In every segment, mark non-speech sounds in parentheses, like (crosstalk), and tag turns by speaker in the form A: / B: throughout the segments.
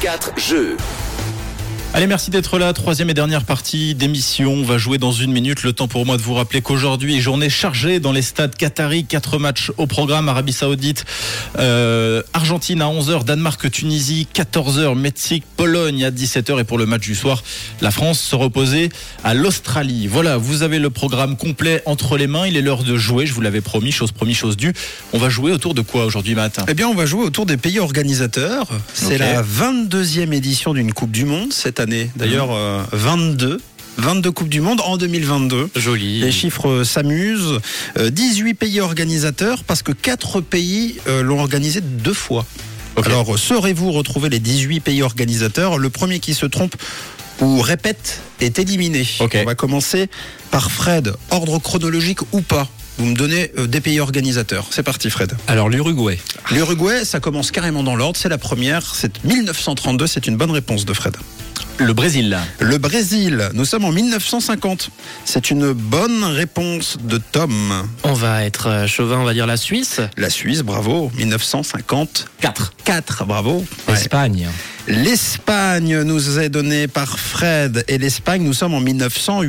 A: 4 jeux.
B: Allez, merci d'être là. Troisième et dernière partie d'émission. On va jouer dans une minute. Le temps pour moi de vous rappeler qu'aujourd'hui est journée chargée dans les stades Qatari. Quatre matchs au programme. Arabie Saoudite, euh, Argentine à 11h, Danemark, Tunisie, 14h, Mexique, Pologne à 17h. Et pour le match du soir, la France se reposer à l'Australie. Voilà, vous avez le programme complet entre les mains. Il est l'heure de jouer. Je vous l'avais promis, chose promis, chose due. On va jouer autour de quoi aujourd'hui, matin
C: Eh bien, on va jouer autour des pays organisateurs. C'est
B: Ok.
C: la 22e édition d'une Coupe du Monde cette année.
B: Mhm.
C: D'ailleurs, euh, 22. 22 Coupes du Monde en 2022.
B: Joli.
C: Les chiffres euh, s'amusent. Euh, 18 pays organisateurs parce que 4 pays euh, l'ont organisé deux fois.
B: Ok.
C: Alors, euh, saurez-vous retrouver les 18 pays organisateurs Le premier qui se trompe ou répète est éliminé.
B: Ok.
C: On va commencer par Fred. Ordre chronologique ou pas Vous me donnez euh, des pays organisateurs. C'est parti, Fred.
D: Alors l'Uruguay.
C: L'Uruguay, ça commence carrément dans l'ordre, c'est la première, c'est 1932, c'est une bonne réponse de Fred.
B: Le Brésil, là.
C: Le Brésil, nous sommes en 1950, c'est une bonne réponse de Tom.
D: On va être euh, chauvin, on va dire la Suisse.
C: La Suisse, bravo, 1954,
D: 4.
C: bravo.
D: Espagne.
C: L'Espagne nous est donnée par Fred et l'Espagne, nous sommes en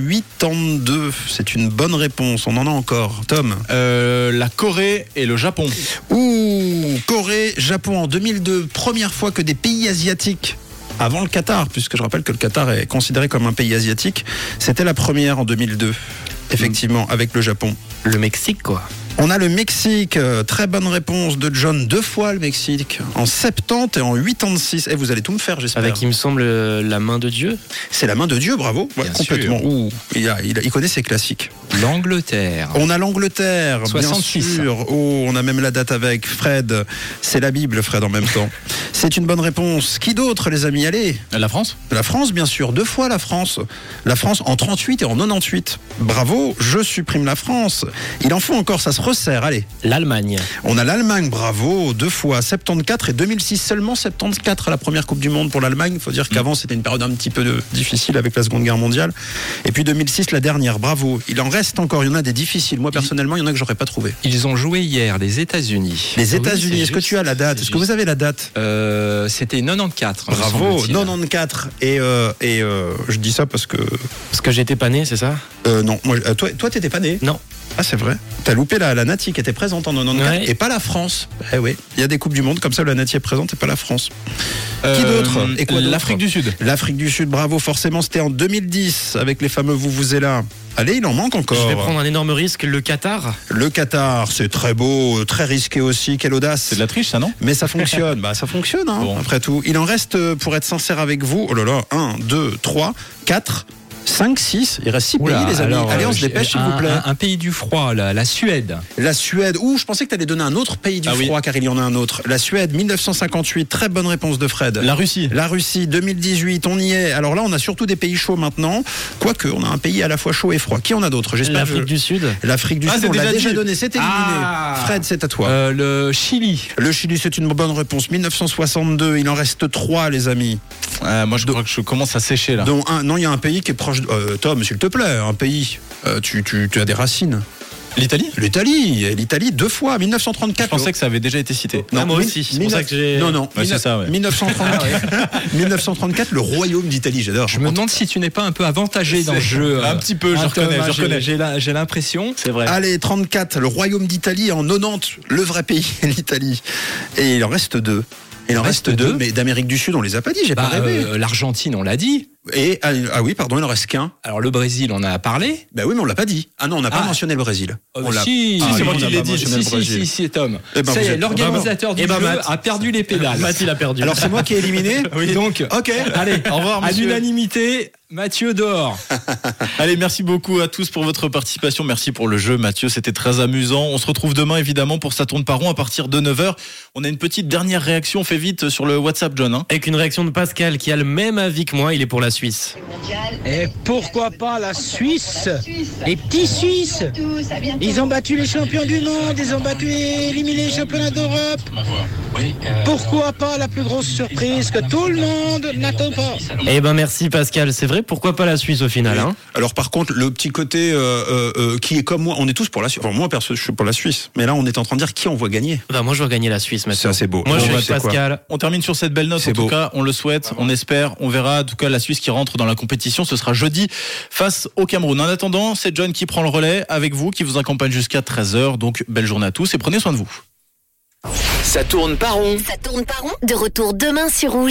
C: 1982, c'est une bonne réponse, on en a encore, Tom.
B: Euh, la Corée et le Japon.
C: Ouh, Corée, Japon en 2002, première fois que des pays asiatiques avant le Qatar, puisque je rappelle que le Qatar est considéré comme un pays asiatique, c'était la première en 2002, effectivement,
D: Mm.
C: avec le Japon.
D: Le Mexique, quoi.
C: On a le Mexique, euh, très bonne réponse de John, deux fois le Mexique, en 70 et en 86. Et vous allez tout me faire, j'espère.
D: Avec, il me semble, euh, la main de Dieu.
C: C'est la main de Dieu, bravo. Ouais,
D: Bien
C: complètement. Ouh, il, a- il a- il connaît ses classiques.
D: L'Angleterre.
C: On a l'Angleterre, bien
D: 66.
C: sûr. Oh, on a même la date avec Fred. C'est la Bible, Fred, en même temps. C'est une bonne réponse. Qui d'autre, les amis Allez,
B: Euh, La France
C: la France, bien sûr. Deux fois la France. La France en 38 et en 98. Bravo, je supprime la France. Il en faut encore, ça se resserre. Allez,
D: L'Allemagne.
C: on a l'Allemagne, bravo, deux fois 74 et 2006 seulement 74 à la première Coupe du Monde pour l'Allemagne. Il faut dire qu'avant c'était une période un petit peu de- difficile avec la Seconde Guerre mondiale. Et puis 2006 la dernière, bravo. Il en reste encore, il y en a des difficiles. Moi personnellement, il y en a que j'aurais pas trouvé.
E: Ils ont joué hier les États-Unis.
C: Les
B: Ah
C: États-Unis, est-ce que tu as la date
E: Ah c'est
C: Est-ce que vous avez la date
E: Euh, C'était 94. me
C: Bravo,
E: semble-t-il.
C: 94 et euh, et euh, je dis ça parce que
D: Parce que j'étais pas né, c'est ça
C: euh, non, moi, euh, toi toi t'étais pas né.
D: Non.
C: Ah c'est vrai. T'as loupé la, la Nati qui était présente en 94
D: Ouais.
C: et pas la France. Eh oui, il y a des coupes du monde comme ça où la Nati est présente et pas la France. Qui d'autre Et quoi d'autre
B: Euh, L'Afrique du Sud.
C: L'Afrique du Sud, bravo, forcément, c'était en 2010 avec les fameux Vous vous êtes là. Allez, il en manque
D: Je vais
C: encore.
D: prendre un énorme risque, le Qatar.
C: Le Qatar, c'est très beau, très risqué aussi, quelle audace.
B: C'est de la triche, ça, non
C: Mais ça fonctionne, bah ça fonctionne, hein,
B: Bon.
C: après tout. Il en reste, euh, pour être sincère avec vous, oh là là, 1, 2, 3, 4, 5, 6, il reste 6 pays,
E: Oula,
C: les amis.
E: alors,
C: Allez, on
E: euh,
C: se dépêche, s'il
E: un-
C: vous plaît.
E: Un, un pays du froid, là, la Suède.
C: La Suède, ouh, je pensais que tu allais donner un autre pays du
B: Ah oui.
C: froid, car il y en a un autre. La Suède, 1958, très bonne réponse de Fred.
B: La Russie.
C: La Russie 2018, on y est. Alors là, on a surtout des pays chauds maintenant. Quoique, on a un pays à la fois chaud et froid. Qui en a d'autres J'espère que
D: L'Afrique du Sud.
C: L'Afrique du
B: Ah,
C: Sud,
B: c'est
C: on l'a
B: déjà
C: déjà
B: dit.
C: donné, c'est éliminé.
E: Ah.
C: Fred, c'est à toi.
E: Euh, le Chili.
C: Le Chili, c'est une bonne réponse. 1962, il en reste trois, les amis.
B: Euh, moi, je crois que je commence à sécher, là.
C: Dont un, non, il y a un pays qui est proche. de- euh, Tom, s'il te plaît, un pays. Euh, tu, tu- tu as des racines.
B: L'Italie
C: L'Italie, et l'Italie deux fois, 1934.
B: Je pensais que ça avait déjà été cité.
C: Non, mille-
D: C'est pour ça que j'ai.
C: Non, non,
B: Ouais, c'est ça, ouais. Ah
C: 1934, (laughs) 1934, le royaume d'Italie, j'adore.
E: Je me demande si tu n'es pas un peu avantagé dans le jeu.
B: Un
E: euh,
B: petit peu, je
E: Antoine,
B: reconnais, je
E: hein, j'ai-
B: reconnais.
E: j'ai la- J'ai l'impression.
D: C'est vrai.
C: Allez, 34, le royaume d'Italie en 90, le vrai pays, (laughs) l'Italie. Et il en reste deux. Il en reste,
E: Reste
C: deux,
E: deux
C: mais d'Amérique du Sud, on les a pas dit, j'ai
E: Bah,
C: pas rêvé.
E: euh, L'Argentine, on l'a dit.
C: Et, ah, ah oui, pardon, il en reste qu'un.
E: Alors le Brésil, on en a parlé.
C: Bah oui, mais on l'a pas dit. Ah non, on n'a pas
E: Ah.
C: mentionné le Brésil.
E: Euh,
C: on l'a-
E: si,
C: Ah,
B: si, c'est
C: non,
B: moi
C: on
B: qui
C: n'a
B: l'ai
C: pas
B: dit,
C: mentionné
E: Si,
C: le
E: si,
C: Brésil.
E: si, si, Tom.
C: Eh ben,
E: Ça y
C: vous
E: est,
C: êtes-
E: l'organisateur du
D: Eh ben,
E: jeu
D: Matt.
E: a perdu les
C: Ah,
E: pédales.
D: Matt, il a perdu.
C: (laughs) Alors c'est moi qui ai éliminé
E: (laughs) Oui, donc.
C: Ok.
E: Allez,
B: Au revoir,
E: à
B: monsieur.
E: l'unanimité, Mathieu dehors.
B: Allez, merci beaucoup à tous pour votre participation. Merci pour le jeu, Mathieu. C'était très amusant. On se retrouve demain, évidemment, pour Ça tourne par rond à partir de 9h. On a une petite dernière réaction. Fais vite sur le WhatsApp, John. hein.
D: Avec une réaction de Pascal qui a le même avis que moi, il est pour la Suisse.
F: Et pourquoi pas la Suisse Les petits Suisses Ils ont battu les champions du monde, ils ont battu et éliminé les championnats d'Europe. Pourquoi pas la plus grosse surprise que tout le monde n'attend pas
D: Eh ben merci Pascal, c'est vrai
E: André, pourquoi pas la Suisse au final hein
C: Alors par contre, le petit côté euh, euh, euh, qui est comme moi, on est tous pour la Suisse. Enfin, moi perso, je suis pour la Suisse. Mais là, on est en train de dire qui on voit gagner.
E: Bah, Moi, je vais gagner la Suisse maintenant.
C: Ça, c'est beau.
E: Moi,
C: On
E: je suis
C: va-
E: avec
C: c'est quoi
E: Pascal.
B: On termine sur cette belle note.
C: C'est
B: En tout
C: beau.
B: cas, on le souhaite, on espère, on verra. En tout cas, la Suisse qui rentre dans la compétition, ce sera jeudi face au Cameroun. En attendant, c'est John qui prend le relais avec vous, qui vous accompagne jusqu'à 13h. Donc, belle journée à tous et prenez soin de vous.
A: Ça tourne pas rond.
F: Ça tourne pas rond De retour demain sur Rouge.